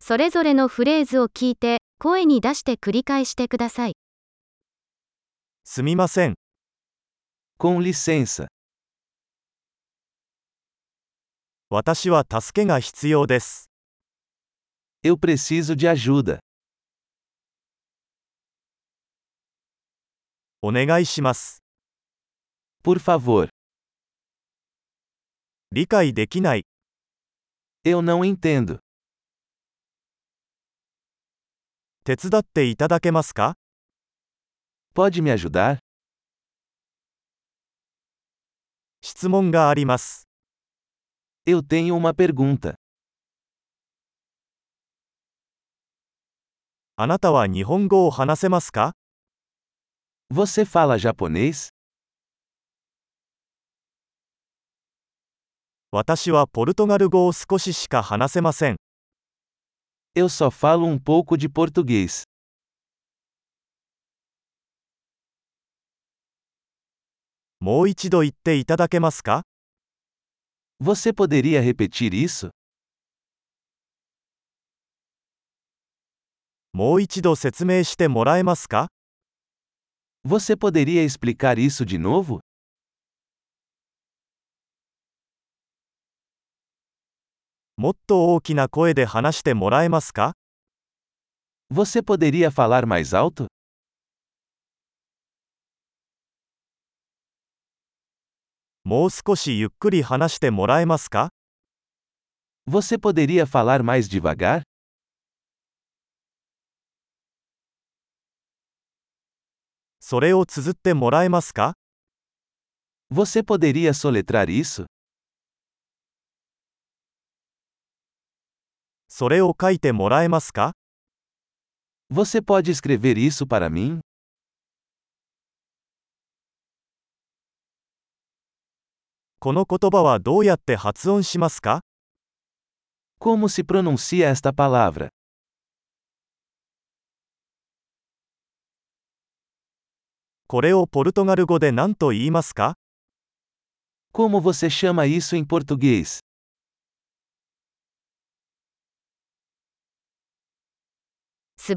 それぞれのフレーズを聞いて、声に出して繰り返してください。すみません。 Com licença, 私は助けが必要です。 eu preciso de ajuda. お願いします。 Por favor, 理解できない。 eu não entendo. 手伝っていただけますか Pode me ajudar? 質問があります。 Eu tenho uma pergunta. あなたは日本語を話せますか Você fala japonês? 私はポルトガル語を少ししか話せません。 Eu só falo um pouco de português. もう一度言っていただけますか Você poderia repetir isso? もう一度説明してもらえますか Você poderia explicar isso de novo? もっと大きな声で話してもらえますか Você poderia falar mais alto? もう少しゆっくり話してもらえますか Você poderia falar mais devagar? それを綴ってもらえますか Você poderia soletrar isso? それを書いてもらえますか Você pode escrever isso para mim? この言葉はどうやって発音しますか Como se pronuncia esta palavra? これをポルトガル語で何と言いますか Como você chama isso em português? 素